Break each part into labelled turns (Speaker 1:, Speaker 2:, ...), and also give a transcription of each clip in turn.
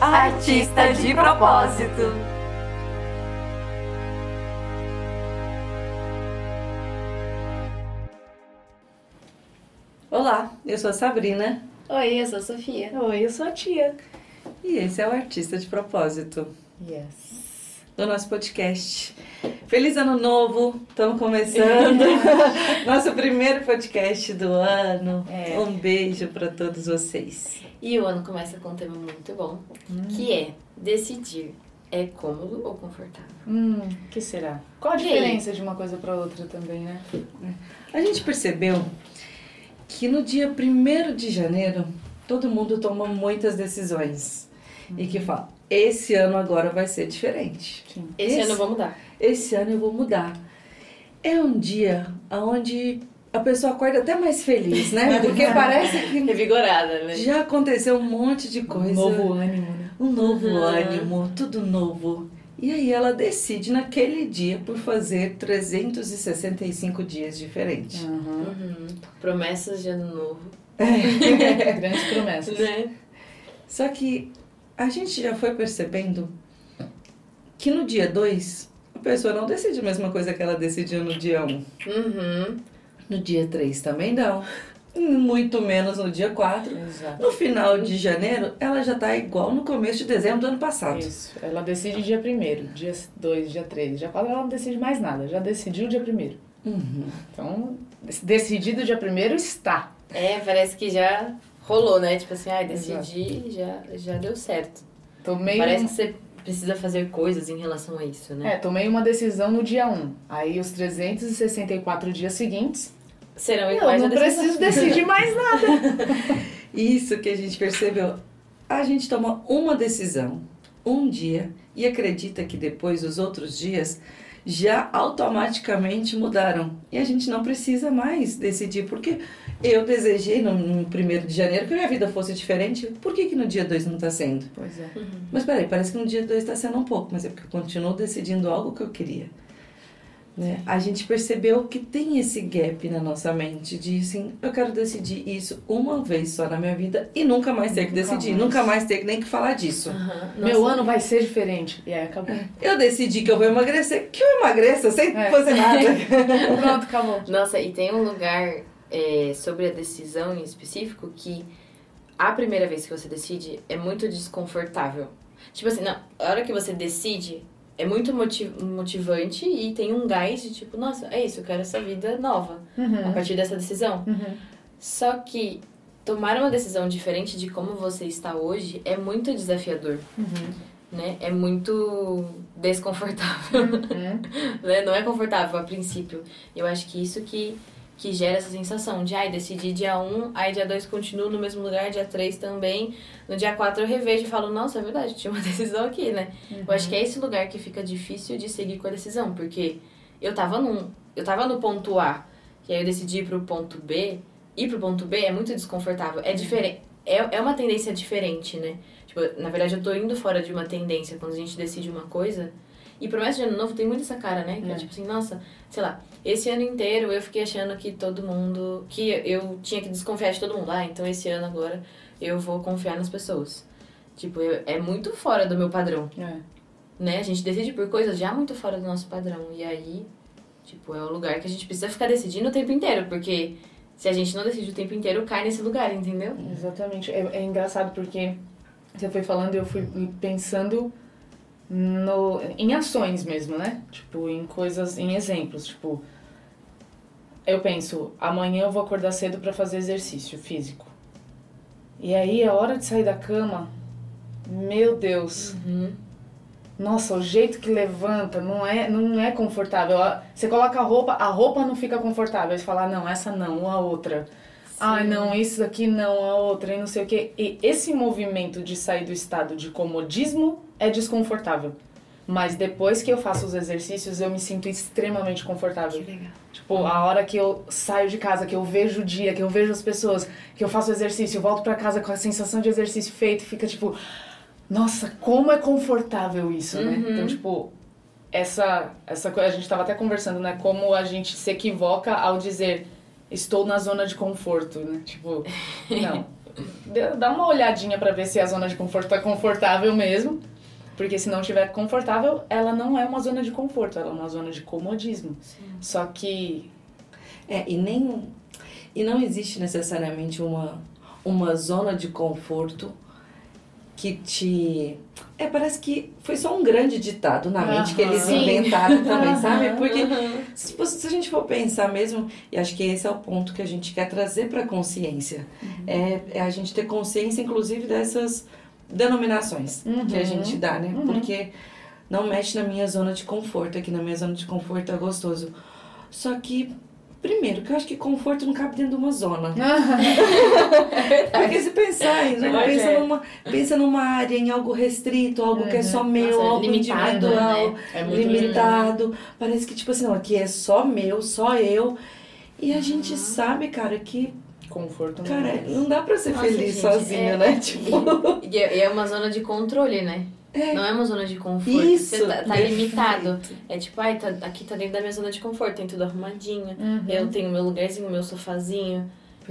Speaker 1: Artista de propósito.
Speaker 2: Olá, eu sou a Sabrina
Speaker 1: Oi, eu sou a Sofia.
Speaker 3: Oi, eu sou a tia.
Speaker 2: e esse é o Artista de Propósito
Speaker 3: Yes.
Speaker 2: do nosso podcast. Feliz ano novo, estamos começando nosso primeiro podcast do ano.
Speaker 3: É.
Speaker 2: Um beijo para todos vocês.
Speaker 1: E o ano começa com um tema muito bom, que é decidir é cômodo ou confortável.
Speaker 3: Hum, que será? Qual a
Speaker 1: E aí?
Speaker 3: diferença de uma coisa pra outra também, né?
Speaker 2: A gente percebeu que no dia 1 de janeiro todo mundo toma muitas decisões e que fala: esse ano agora vai ser diferente.
Speaker 3: Sim.
Speaker 1: Esse
Speaker 2: Isso.
Speaker 1: ano eu vou mudar.
Speaker 2: esse ano eu vou mudar. É um dia onde a pessoa acorda até mais feliz, né? Porque parece que
Speaker 1: Revigorada, né?
Speaker 2: já aconteceu um monte de coisa.
Speaker 3: Novo ânimo, né?
Speaker 2: Um novo
Speaker 1: Uhum.
Speaker 2: ânimo, tudo novo. E aí ela decide naquele dia por fazer 365 dias diferentes.
Speaker 3: Aham.
Speaker 1: Uhum. Promessas de ano novo.
Speaker 3: É, Grandes promessas.
Speaker 1: Né?
Speaker 2: Só que a gente já foi percebendo que no dia 2 a pessoa não decide a mesma coisa que ela decidiu no dia 1. Um.
Speaker 1: Uhum.
Speaker 2: No dia 3 também não. Muito menos no dia 4.
Speaker 3: Exato.
Speaker 2: No final de janeiro, ela já tá igual no começo de dezembro do ano passado.
Speaker 3: Isso. Ela decide dia primeiro, dia 2, dia 3, dia 4, ela não decide mais nada. Já decidiu dia primeiro.
Speaker 2: Uhum.
Speaker 3: Então, dec- decidido dia primeiro está.
Speaker 1: É, parece que já rolou, né? Tipo assim, ai, decidi, já, já deu certo.
Speaker 3: Tô meio...
Speaker 1: Parece que você precisa fazer coisas em relação a isso, né?
Speaker 3: um É, tomei uma decisão no dia 1. Aí os 364 dias seguintes,
Speaker 1: Serão
Speaker 3: eu
Speaker 1: iguais
Speaker 3: não
Speaker 1: a decisão.
Speaker 3: preciso decidir mais nada.
Speaker 2: Isso que a gente percebeu. A gente toma uma decisão um dia e acredita que depois os outros dias já automaticamente mudaram. E a gente não precisa mais decidir, porque eu desejei no, no 1 de janeiro que minha vida fosse diferente. Por que, que no dia 2 não tá sendo?
Speaker 3: Pois é.
Speaker 1: Uhum.
Speaker 2: Mas peraí, parece que no dia 2 está sendo um pouco, mas é porque eu continuo decidindo algo que eu queria. Né? A gente percebeu que tem esse gap na nossa mente de assim, eu quero decidir isso uma vez só na minha vida e nunca mais ter que
Speaker 3: Nunca
Speaker 2: decidir,
Speaker 3: mais. Ah.
Speaker 2: nunca mais ter que nem que falar disso.
Speaker 1: Aham.
Speaker 3: Meu
Speaker 1: Nossa,
Speaker 3: ano vai ser diferente. E aí acabou.
Speaker 2: Eu decidi que eu vou emagrecer, que eu emagreça sem
Speaker 3: É.
Speaker 2: fazer nada.
Speaker 3: Pronto, acabou.
Speaker 1: Nossa, e tem um lugar é, sobre a decisão em específico que a primeira vez que você decide é muito desconfortável. Tipo assim, na hora que você decide, é muito moti- motivante e tem um gás de tipo, nossa, é isso, eu quero essa vida nova a
Speaker 3: Uhum.
Speaker 1: partir dessa decisão.
Speaker 3: Uhum.
Speaker 1: Só que tomar uma decisão diferente de como você está hoje é muito desafiador,
Speaker 3: Uhum.
Speaker 1: né? É muito desconfortável.
Speaker 3: Uhum.
Speaker 1: né? Não é confortável a princípio. Eu acho que isso que, que gera essa sensação de, ai, decidi dia 1, aí dia 2 continuo no mesmo lugar, dia 3 também. No dia 4 eu revejo e falo, nossa, é verdade, tinha uma decisão aqui, né? Eu acho que é esse lugar que fica difícil de seguir com a decisão, porque eu tava num. Eu tava no ponto A, e aí eu decidi ir pro ponto B, ir pro ponto B é muito desconfortável. É diferente. É, é uma tendência diferente, né? Tipo, na verdade, eu tô indo fora de uma tendência quando a gente decide uma coisa. E promessa de ano novo tem muito essa cara, né? Que é.
Speaker 3: É.
Speaker 1: tipo assim, nossa, sei lá, esse ano inteiro eu fiquei achando que todo mundo. que eu tinha que desconfiar de todo mundo. Ah, então esse ano agora eu vou confiar nas pessoas. Tipo, eu- é muito fora do meu padrão
Speaker 3: É.
Speaker 1: né? A gente decide por coisas já muito fora do nosso padrão. E aí, tipo, é o lugar que a gente precisa ficar decidindo o tempo inteiro, porque se a gente não decide o tempo inteiro, cai nesse lugar, entendeu?
Speaker 3: Exatamente. É, é engraçado porque você foi falando e eu fui pensando no, em ações mesmo, né? Tipo, em coisas, em exemplos. Tipo, eu penso, amanhã eu vou acordar cedo pra fazer exercício físico. E aí, a hora de sair da cama, meu Deus.
Speaker 1: Uhum.
Speaker 3: Nossa, o jeito que levanta não é, não é confortável. A- Você coloca a roupa, a roupa não fica confortável. Aí você fala, "Ah, não, essa não, ou a outra. Ai, Ah, não, isso daqui não, a outra, e não sei o quê. E esse movimento de sair do estado de comodismo é desconfortável. Mas depois que eu faço os exercícios, eu me sinto extremamente confortável.
Speaker 1: legal.
Speaker 3: Tipo, a hora que eu saio de casa, que eu vejo o dia, que eu vejo as pessoas, que eu faço exercício, eu volto pra casa com a sensação de exercício feito, fica tipo, nossa, como é confortável isso, né?
Speaker 1: Uhum.
Speaker 3: Então, tipo, essa essa coisa a gente tava até conversando, né, como a gente se equivoca ao dizer estou na zona de conforto, né? Tipo, não. Dê- Dá uma olhadinha pra ver se a zona de conforto tá confortável mesmo. Porque se não estiver confortável, ela não é uma zona de conforto, ela é uma zona de comodismo. Só que
Speaker 2: É, e nem e não existe necessariamente uma uma zona de conforto que te é parece que foi só um grande ditado na mente que
Speaker 3: Aham.
Speaker 2: eles
Speaker 3: Sim.
Speaker 2: inventaram também, sabe?
Speaker 3: Aham.
Speaker 2: Porque
Speaker 1: Uhum.
Speaker 2: se, você- se a gente for pensar mesmo, e acho que esse é o ponto que a gente quer trazer para a consciência,
Speaker 1: Uhum.
Speaker 2: é, é a gente ter consciência, inclusive, dessas denominações
Speaker 3: Uhum.
Speaker 2: que a gente dá, né?
Speaker 3: Uhum.
Speaker 2: Porque não mexe na minha zona de conforto, aqui na minha zona de conforto é gostoso. Só que, primeiro, que eu acho que conforto não cabe dentro de uma zona.
Speaker 1: É.
Speaker 2: Porque se pensar, em-
Speaker 1: Verdade,
Speaker 2: pensa,
Speaker 1: é.
Speaker 2: numa, pensa numa área, em algo restrito, algo que é só meu,
Speaker 1: Uhum. Nossa,
Speaker 2: algo
Speaker 1: limitado,
Speaker 2: individual
Speaker 1: né?
Speaker 3: é muito
Speaker 2: limitado. Parece que, tipo assim, não, aqui é só meu, só eu. E a gente sabe, cara, que,
Speaker 3: conforto. não
Speaker 2: cara,
Speaker 3: é.
Speaker 2: não dá pra ser
Speaker 1: Nossa,
Speaker 2: feliz
Speaker 1: gente,
Speaker 2: sozinho,
Speaker 1: é.
Speaker 2: né? Tipo,
Speaker 1: E é e é uma zona de controle, né?
Speaker 2: É.
Speaker 1: Não é uma zona de conforto.
Speaker 2: isso.
Speaker 1: Você tá, tá
Speaker 2: perfeito.
Speaker 1: limitado. É tipo, ai, tá, aqui tá dentro da minha zona de conforto, tem tudo arrumadinho.
Speaker 3: Uhum.
Speaker 1: Eu tenho meu lugarzinho, meu sofazinho.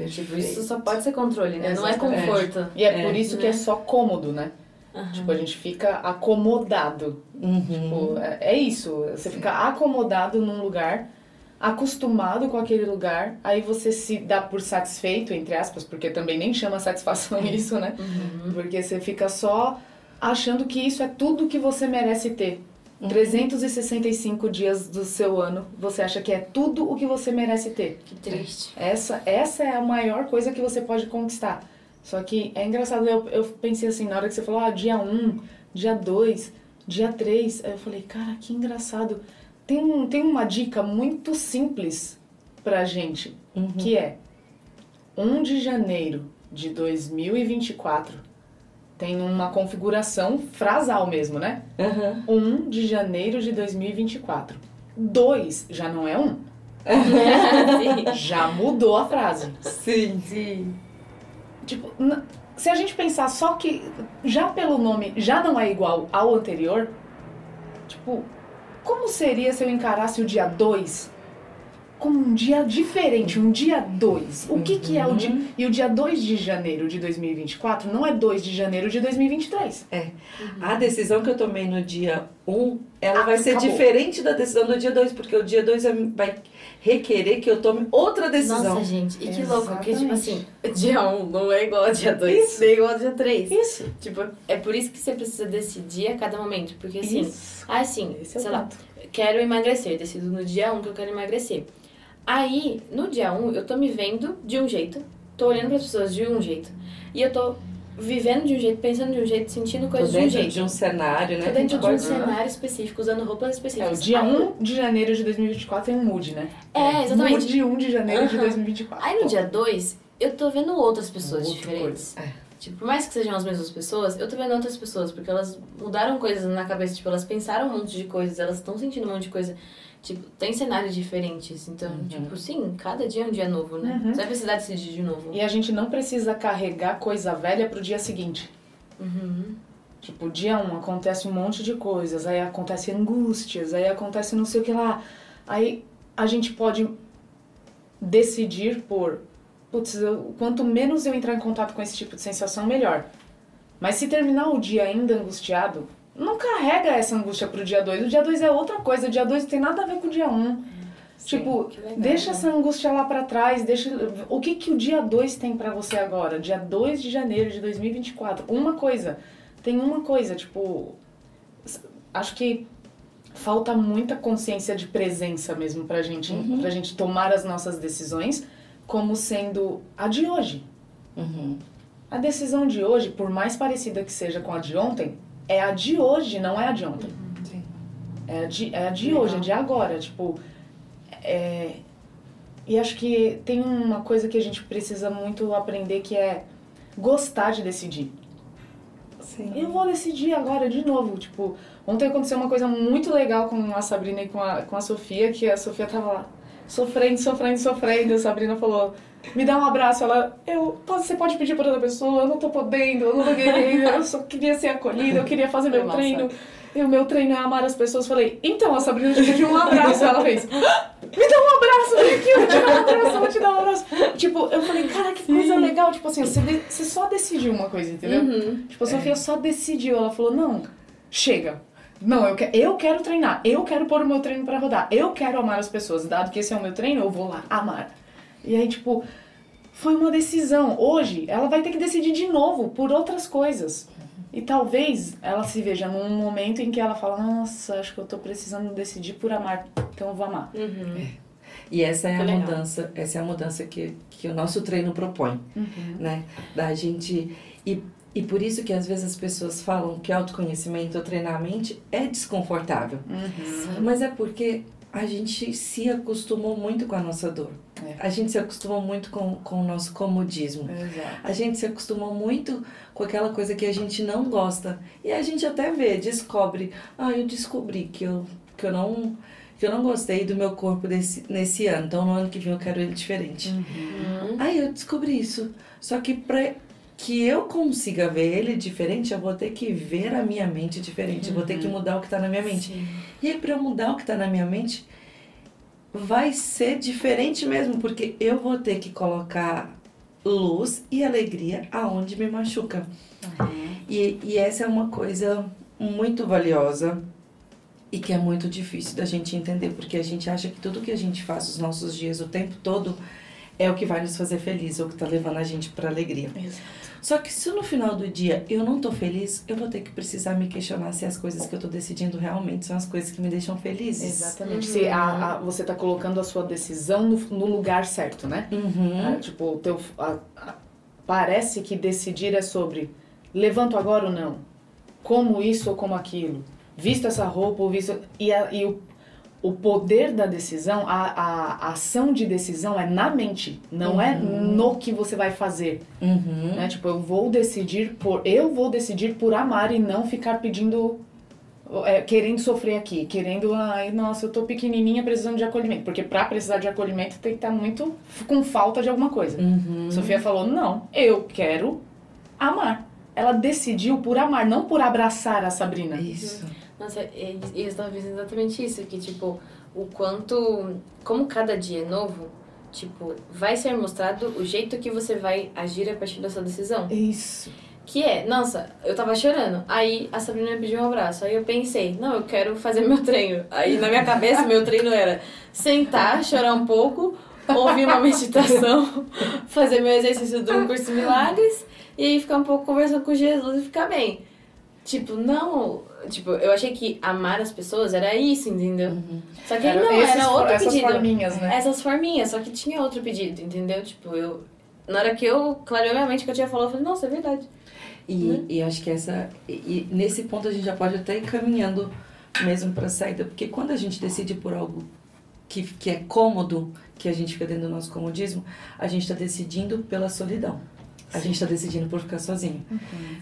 Speaker 1: Tipo, isso só pode ser controle, né? Não é
Speaker 3: Exatamente.
Speaker 1: conforto.
Speaker 3: E é, por
Speaker 2: É.
Speaker 3: isso que é só cômodo, né?
Speaker 1: Aham.
Speaker 3: Tipo, a gente fica acomodado.
Speaker 2: Uhum.
Speaker 3: Tipo, é, é isso. Você fica acomodado num lugar, acostumado com aquele lugar, aí você se dá por satisfeito, entre aspas, porque também nem chama satisfação isso, né?
Speaker 1: Uhum.
Speaker 3: Porque você fica só achando que isso é tudo que você merece ter. 365 dias do seu ano, você acha que é tudo o que você merece ter.
Speaker 1: Que triste.
Speaker 3: Essa, essa é a maior coisa que você pode conquistar. Só que é engraçado, eu, eu pensei assim, na hora que você falou, ah, dia 1, dia 2, dia 3, aí eu falei, cara, que engraçado. Tem, um, tem uma dica muito simples pra gente,
Speaker 2: Uhum.
Speaker 3: que é 1 de janeiro de 2024. Tem uma configuração frasal mesmo, né?
Speaker 2: Aham.
Speaker 3: 1 de janeiro de 2024. 2 já não é 1. Já mudou a frase.
Speaker 2: Sim.
Speaker 1: Sim.
Speaker 3: Tipo, n- se a gente pensar só que já pelo nome já não é igual ao anterior, tipo, como seria se eu encarasse o dia 2 como um dia diferente, um dia 2? O que que é o
Speaker 2: Uhum.
Speaker 3: dia... E o dia 2 de janeiro de 2024 não é 2 de janeiro de 2023.
Speaker 2: A decisão que eu tomei no dia 1, ela
Speaker 3: Ah,
Speaker 2: vai ser
Speaker 3: acabou.
Speaker 2: diferente da decisão do dia 2, porque o dia 2 vai requerer que eu tome outra decisão.
Speaker 1: Nossa, gente, e que louco, porque tipo assim,
Speaker 3: Exatamente.
Speaker 1: dia 1 um não é igual ao dia 2, nem igual ao dia 3.
Speaker 3: Isso.
Speaker 1: Tipo, é por isso que você precisa decidir a cada momento, porque assim,
Speaker 3: Isso.
Speaker 1: ah, assim,
Speaker 3: Esse é o
Speaker 1: sei lá,
Speaker 3: ponto.
Speaker 1: quero emagrecer, decido no dia 1 um que eu quero emagrecer. Aí, no dia 1, um, eu tô me vendo de um jeito, tô olhando para pessoas de um jeito, e eu tô vivendo de um jeito, pensando de um jeito, sentindo
Speaker 2: Tô
Speaker 1: coisas de um
Speaker 2: dentro
Speaker 1: jeito.
Speaker 2: de um cenário, né?
Speaker 1: Tô dentro de um
Speaker 2: Pode-
Speaker 1: cenário específico, usando roupas
Speaker 3: É, o
Speaker 1: específicas.
Speaker 3: dia
Speaker 1: Aí-
Speaker 3: 1 de janeiro de 2024 é um mood, né?
Speaker 1: Ah, É, exatamente.
Speaker 3: Mood 1 de janeiro de
Speaker 1: Aham.
Speaker 3: 2024.
Speaker 1: Aí no dia 2, eu tô vendo outras pessoas
Speaker 3: Outra
Speaker 1: diferentes.
Speaker 2: coisa, é.
Speaker 1: Tipo, por mais que sejam as mesmas pessoas, eu tô vendo outras pessoas, porque elas mudaram coisas na cabeça, tipo, elas pensaram um monte de coisas, elas estão sentindo um monte de coisa. Tipo, tem cenários diferentes. Então,
Speaker 2: Uhum.
Speaker 1: tipo, sim, cada dia é um dia novo, né?
Speaker 3: Uhum.
Speaker 1: Você vai precisar decidir de novo.
Speaker 3: E a gente não precisa carregar coisa velha pro dia seguinte.
Speaker 1: Uhum.
Speaker 3: Tipo, dia 1 um, acontece um monte de coisas, aí acontece angústias, aí acontece não sei o que lá. Aí a gente pode decidir por, putz, eu- quanto menos eu entrar em contato com esse tipo de sensação, melhor. Mas se terminar o dia ainda angustiado, não carrega essa angústia pro dia 2. O dia 2 é outra coisa, o dia 2 não tem nada a ver com o dia 1. Um.
Speaker 2: Sim.
Speaker 3: Tipo,
Speaker 1: Que legal,
Speaker 3: Deixa
Speaker 1: né?
Speaker 3: essa angústia lá pra trás, deixa o que que o dia 2 tem pra você agora? Dia 2 de janeiro de 2024. Uma coisa. Tem uma coisa, tipo, s- acho que falta muita consciência de presença mesmo pra gente,
Speaker 2: Uhum.
Speaker 3: pra gente tomar as nossas decisões como sendo a de hoje.
Speaker 2: Uhum.
Speaker 3: A decisão de hoje, por mais parecida que seja com a de ontem, é a de hoje, não é a de ontem.
Speaker 2: Sim.
Speaker 3: É a de, é a de
Speaker 1: Legal.
Speaker 3: hoje, é de agora. Tipo, é... E acho que tem uma coisa que a gente precisa muito aprender que é gostar de decidir.
Speaker 2: Sim.
Speaker 3: Eu vou decidir agora de novo. Tipo, ontem aconteceu uma coisa muito legal com a Sabrina e com a, com a Sofia, que a Sofia tava lá sofrendo, sofrendo, sofrendo. A Sabrina falou, me dá um abraço. Ela, eu, "Pode- você pode pedir pra outra pessoa, eu não tô podendo, eu não tô querendo, eu só queria ser acolhida, eu queria fazer
Speaker 1: Foi
Speaker 3: meu
Speaker 1: massa.
Speaker 3: treino. E o meu treino é amar as pessoas. Falei, então a Sabrina te pediu um abraço. Ela fez, "Ah, me dá um abraço, vem aqui, eu vou te dar um abraço, eu vou te dar um abraço. Tipo, eu falei, cara, que coisa legal. Tipo assim, você, de- você só decidiu uma coisa, entendeu?
Speaker 1: Uhum.
Speaker 3: Tipo, a Sofia só decidiu. Ela falou: não, chega. Não, eu, que, eu quero treinar. Eu quero pôr o meu treino pra rodar. Eu quero amar as pessoas. Dado que esse é o meu treino, eu vou lá amar. E aí, tipo, foi uma decisão. Hoje, ela vai ter que decidir de novo por outras coisas. E talvez ela se veja num momento em que ela fala: Nossa, acho que eu tô precisando decidir por amar, então eu vou amar.
Speaker 1: Uhum.
Speaker 2: E essa é
Speaker 1: Que
Speaker 2: a
Speaker 1: legal.
Speaker 2: mudança, essa é a mudança que, que o nosso treino propõe,
Speaker 1: Uhum.
Speaker 2: né? Da gente e, e por isso que às vezes as pessoas falam que autoconhecimento ou treinar a mente é desconfortável,
Speaker 1: Uhum.
Speaker 2: mas é porque a gente se acostumou muito com a nossa dor.
Speaker 3: É.
Speaker 2: A gente se acostumou muito com, com o nosso comodismo.
Speaker 3: Exato.
Speaker 2: A gente se acostumou muito com aquela coisa que a gente não gosta. E a gente até vê, descobre. Ah, eu descobri que eu, que eu, não, que eu não gostei do meu corpo desse, nesse ano. Então, no ano que vem eu quero ele diferente.
Speaker 3: É.
Speaker 1: Uhum.
Speaker 2: Aí eu descobri isso. Só que pra que eu consiga ver ele diferente, eu vou ter que ver a minha mente diferente. Eu vou ter que mudar o que tá na minha mente. E aí, pra eu mudar o que tá na minha mente, vai ser diferente mesmo, porque eu vou ter que colocar luz e alegria aonde me machuca. E, e essa é uma coisa muito valiosa e que é muito difícil da gente entender, porque a gente acha que tudo que a gente faz os nossos dias o tempo todo é o que vai nos fazer feliz, ou que tá levando a gente pra alegria. Só que se no final do dia eu não tô feliz, eu vou ter que precisar me questionar se as coisas que eu tô decidindo realmente são as coisas que me deixam felizes.
Speaker 3: Exatamente.
Speaker 1: Uhum.
Speaker 3: Se a- a- você tá colocando a sua decisão no- no lugar certo, né?
Speaker 2: Uhum.
Speaker 3: Ah, tipo, o teu, a- a- parece que decidir é sobre levanto agora ou não, como isso ou como aquilo, visto essa roupa ou visto. E, a- e o, o poder da decisão, a, a ação de decisão é na mente, não é no que você vai fazer.
Speaker 2: Uhum.
Speaker 3: Né? Tipo, eu vou decidir por. Eu vou decidir por amar e não ficar pedindo. é, querendo sofrer aqui, querendo, ai, nossa, eu tô pequenininha precisando de acolhimento. Porque pra precisar de acolhimento tem que estar muito com falta de alguma coisa.
Speaker 2: Uhum.
Speaker 3: Sofia falou: não, eu quero amar. Ela decidiu por amar, não por abraçar a Sabrina.
Speaker 2: É Isso.
Speaker 1: Nossa, e e eu estava pensando exatamente isso, que tipo, o quanto, como cada dia é novo, tipo, vai ser mostrado o jeito que você vai agir a partir da sua decisão.
Speaker 3: Isso.
Speaker 1: Que é, nossa, eu tava chorando. Aí a Sabrina me pediu um abraço. Aí eu pensei, não, eu quero fazer meu treino. Aí na minha cabeça, meu treino era sentar, chorar um pouco, ouvir uma meditação, fazer meu exercício do Um Curso em Milagres e aí ficar um pouco conversando com Jesus e ficar bem. Tipo, não. Tipo, eu achei que amar as pessoas era isso, entendeu? Só que não,
Speaker 3: Uhum. esses
Speaker 1: era
Speaker 3: fo-
Speaker 1: outro
Speaker 3: essas
Speaker 1: pedido
Speaker 3: forminhas, né?
Speaker 1: essas forminhas, só que tinha outro pedido, entendeu? Tipo, eu. Na hora que eu clareou minha mente que eu tinha falado, eu falei, nossa, é verdade.
Speaker 2: E, e acho que essa. E, e nesse ponto a gente já pode até ir caminhando mesmo para saída, porque quando a gente decide por algo que, que é cômodo, que a gente fica dentro do nosso comodismo, a gente está decidindo pela solidão. A gente está decidindo por ficar sozinho.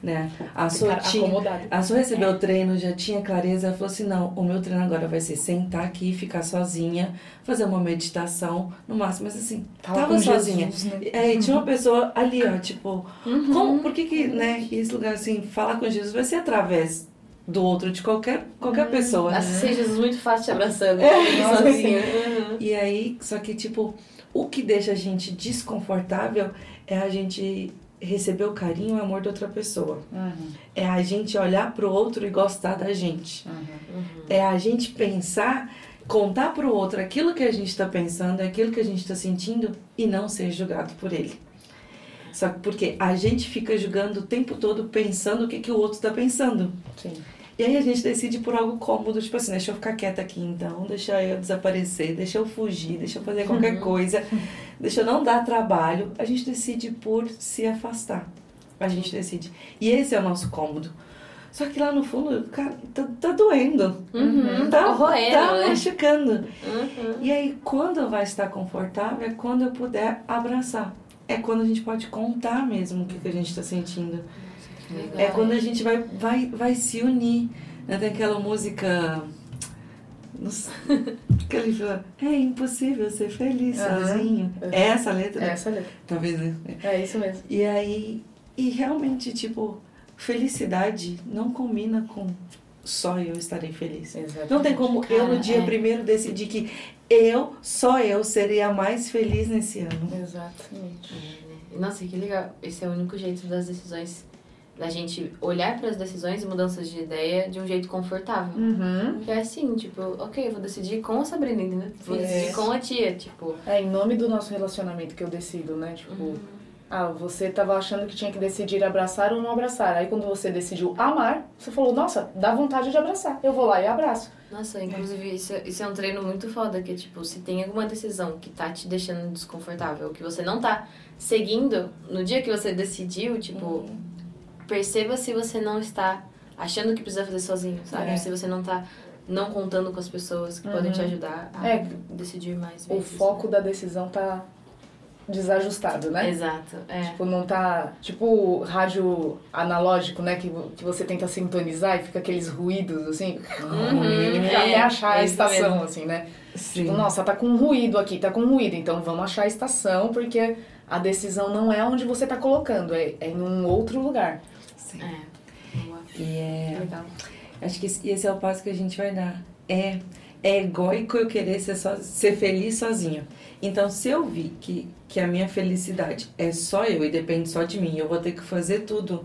Speaker 2: Né? A
Speaker 3: Ficar
Speaker 2: Sotinha-
Speaker 3: acomodado.
Speaker 2: a Su recebeu o treino, já tinha clareza, ela falou assim, não, o meu treino agora vai ser sentar aqui, ficar sozinha, fazer uma meditação, no máximo, mas assim,
Speaker 3: Tava
Speaker 2: tava
Speaker 3: com
Speaker 2: sozinha.
Speaker 3: Jesus, né?
Speaker 2: É, E aí tinha uma pessoa ali, ó, tipo, como, por que que, né, esse lugar assim, falar com Jesus vai ser através do outro, de qualquer, qualquer pessoa. né?
Speaker 1: Nossa, sei Jesus muito fácil te abraçando,
Speaker 2: É,
Speaker 1: sozinha. Uhum.
Speaker 2: E aí, só que tipo, o que deixa a gente desconfortável é a gente receber o carinho e o amor de outra pessoa.
Speaker 3: Uhum,
Speaker 2: É a gente olhar pro outro e gostar da gente.
Speaker 3: uhum.
Speaker 2: É a gente pensar, contar pro outro aquilo que a gente tá pensando, aquilo que a gente tá sentindo e não ser julgado por ele. Só que porque a gente fica julgando o tempo todo pensando o que, que o outro tá pensando.
Speaker 3: Sim.
Speaker 2: E aí a gente decide por algo cômodo, tipo assim, deixa eu ficar quieta aqui então, deixa eu desaparecer, deixa eu fugir, deixa eu fazer qualquer coisa, deixa eu não dar trabalho. A gente decide por se afastar. A gente decide. E esse é o nosso cômodo. Só que lá no fundo, cara, tá, tá doendo.
Speaker 1: Uhum.
Speaker 2: Tá,
Speaker 1: Roendo,
Speaker 2: tá
Speaker 1: né?
Speaker 2: machucando.
Speaker 1: Uhum.
Speaker 2: E aí, quando vai estar confortável, é quando eu puder abraçar. É quando a gente pode contar mesmo o que, que a gente tá sentindo.
Speaker 1: Legal.
Speaker 2: É quando a gente vai, vai, vai se unir. Né? Tem aquela música. não sei, que ele fala, é impossível ser feliz
Speaker 3: Aham.
Speaker 2: sozinho.
Speaker 3: Aham.
Speaker 2: É essa a letra?
Speaker 3: É essa letra.
Speaker 2: Talvez, né?
Speaker 3: É isso mesmo.
Speaker 2: E aí, e realmente, tipo, felicidade não combina com só eu estarei feliz.
Speaker 3: Exatamente.
Speaker 2: Não tem como eu, no
Speaker 1: Cara,
Speaker 2: dia
Speaker 1: é.
Speaker 2: primeiro, decidir que eu, só eu, seria a mais feliz nesse ano.
Speaker 3: Exatamente.
Speaker 1: É, né? Nossa, que legal. Esse é o único jeito das decisões. Da gente olhar para as decisões e mudanças de ideia de um jeito confortável.
Speaker 3: Uhum.
Speaker 1: Que é assim, tipo, ok, eu vou decidir com a Sabrina, né? Vou
Speaker 3: Sim.
Speaker 1: decidir com a tia, tipo.
Speaker 3: É em nome do nosso relacionamento que eu decido, né? Tipo, ah, você tava achando que tinha que decidir abraçar ou não abraçar. Aí quando você decidiu amar, você falou, nossa, dá vontade de abraçar. Eu vou lá e abraço.
Speaker 1: Nossa, inclusive, isso, é- isso é um treino muito foda, que é, tipo, se tem alguma decisão que tá te deixando desconfortável, que você não tá seguindo, no dia que você decidiu, tipo, perceba se você não está achando que precisa fazer sozinho, sabe?
Speaker 3: É.
Speaker 1: Se você não tá não contando com as pessoas que podem
Speaker 3: Uhum.
Speaker 1: te ajudar a
Speaker 3: É.
Speaker 1: decidir mais
Speaker 3: O
Speaker 1: vezes,
Speaker 3: foco
Speaker 1: né?
Speaker 3: da decisão tá desajustado, né?
Speaker 1: Exato, é.
Speaker 3: Tipo, não tá. Tipo rádio analógico, né? Que, vo- que você tenta sintonizar e fica aqueles ruídos, assim.
Speaker 1: Uhum,
Speaker 3: até
Speaker 1: é,
Speaker 3: achar a
Speaker 1: é isso
Speaker 3: estação,
Speaker 1: mesmo.
Speaker 3: assim, né?
Speaker 2: Sim.
Speaker 3: Tipo, nossa, tá com ruído aqui, tá com ruído. Então vamos achar a estação, porque a decisão não é onde você tá colocando, é, é em um outro lugar.
Speaker 2: Sim.
Speaker 1: É. Boa.
Speaker 2: Tipo E é.
Speaker 1: Legal.
Speaker 2: Acho que esse esse é o passo que a gente vai dar. É, é egóico eu querer ser, so- ser feliz sozinho. Então, se eu vi que, que a minha felicidade é só eu e depende só de mim, eu vou ter que fazer tudo.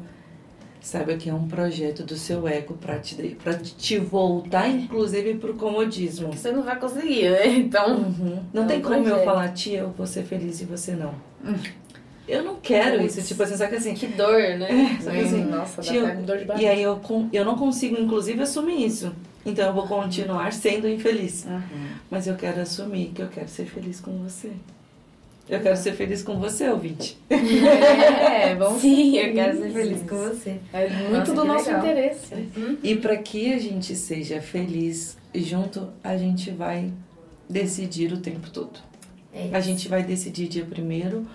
Speaker 2: Saiba que é um projeto do seu ego pra te, de- pra te voltar, inclusive, pro comodismo.
Speaker 1: Você não vai conseguir, né? Então.
Speaker 2: Uhum. Não
Speaker 1: É
Speaker 2: tem
Speaker 1: um
Speaker 2: como eu
Speaker 1: projeto. Hum.
Speaker 2: falar, tia, eu vou ser feliz e você não. Eu não quero isso. Tipo assim, só que assim,
Speaker 1: Que dor,
Speaker 3: É.
Speaker 1: né?
Speaker 2: Só que assim,
Speaker 3: nossa, dá
Speaker 2: tio,
Speaker 3: até dor de
Speaker 2: e
Speaker 3: barriga.
Speaker 2: aí eu, con- eu não consigo, inclusive, assumir isso. Então eu vou continuar sendo infeliz.
Speaker 3: Uhum.
Speaker 2: Mas eu quero assumir que eu quero ser feliz com você. Eu quero ser feliz com você, ouvinte.
Speaker 3: É, vamos
Speaker 1: Sim, eu quero ser feliz com você.
Speaker 3: É muito
Speaker 1: Nossa,
Speaker 3: do
Speaker 1: que
Speaker 3: nosso
Speaker 1: legal. É.
Speaker 3: interesse.
Speaker 2: E para que a gente seja feliz junto, a gente vai decidir o tempo todo.
Speaker 1: É
Speaker 2: A gente vai decidir dia primeiro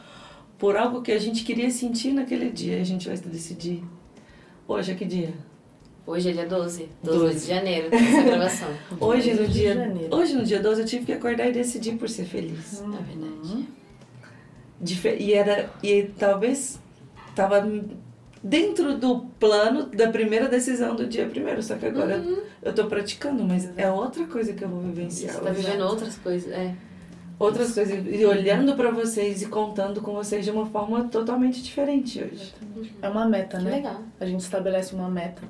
Speaker 2: por algo que a gente queria sentir naquele dia. A gente vai decidir. Hoje é que dia?
Speaker 1: Hoje é dia 12. 12,
Speaker 2: 12.
Speaker 1: de janeiro, tá essa gravação. É
Speaker 2: Hoje é no
Speaker 3: de
Speaker 2: dia,
Speaker 3: janeiro.
Speaker 2: hoje no dia 12 eu tive que acordar e decidir por ser feliz.
Speaker 1: Na verdade.
Speaker 2: Dife- E era e talvez tava dentro do plano da primeira decisão do dia primeiro, só que agora eu tô praticando, mas é outra coisa que eu vou vivenciar.
Speaker 1: Você tá
Speaker 2: hoje.
Speaker 1: vivendo outras coisas. É.
Speaker 2: Outras coisas e olhando pra vocês e contando com vocês de uma forma totalmente diferente hoje.
Speaker 3: É uma meta,
Speaker 1: Que
Speaker 3: né?
Speaker 1: legal.
Speaker 3: A gente estabelece uma meta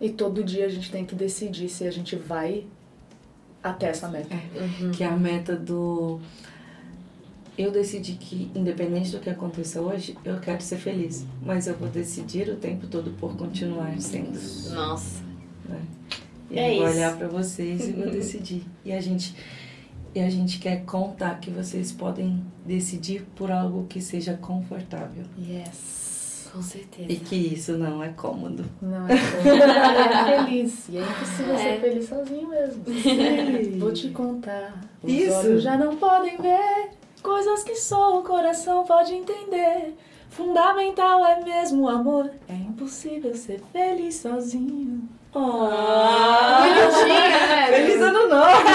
Speaker 3: e todo dia a gente tem que decidir se a gente vai até essa meta.
Speaker 1: Uhum.
Speaker 2: Que é a meta do eu decidi que independente do que aconteça hoje, eu quero ser feliz, mas eu vou decidir o tempo todo por continuar sendo.
Speaker 1: Nossa.
Speaker 2: E
Speaker 1: É
Speaker 2: eu vou
Speaker 1: isso.
Speaker 2: olhar pra vocês e vou decidir. E a gente e a gente quer contar que vocês podem decidir por algo que seja confortável
Speaker 3: Yes.
Speaker 1: Com
Speaker 2: e
Speaker 1: certeza.
Speaker 2: que isso não é cômodo.
Speaker 3: Não é bom. é feliz. E é impossível
Speaker 1: É.
Speaker 3: ser feliz sozinho mesmo. Vou te contar. Os
Speaker 2: Isso.
Speaker 3: olhos já não podem ver coisas que só o coração pode entender. Fundamental é mesmo o amor. É impossível ser feliz sozinho.
Speaker 1: né?
Speaker 2: Feliz ano novo.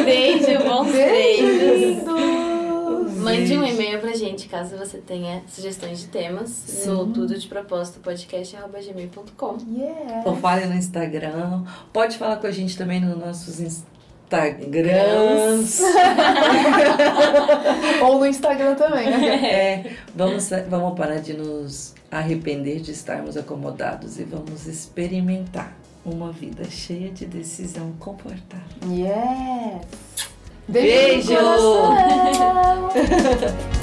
Speaker 1: Um beijo, bons beijos.
Speaker 3: Lindo!
Speaker 1: Mande um e-mail pra gente caso você tenha sugestões de temas no
Speaker 3: Sim.
Speaker 1: tudo de propósito podcast.gmail.com.
Speaker 3: Yeah.
Speaker 2: Ou fale no Instagram. Pode falar com a gente também nos nossos Instagrams.
Speaker 3: Ou no Instagram também, né?
Speaker 2: É, vamos, vamos parar de nos arrepender de estarmos acomodados e vamos experimentar uma vida cheia de decisão confortável.
Speaker 3: Yes!
Speaker 2: Beijo!
Speaker 3: Beijo! no coração!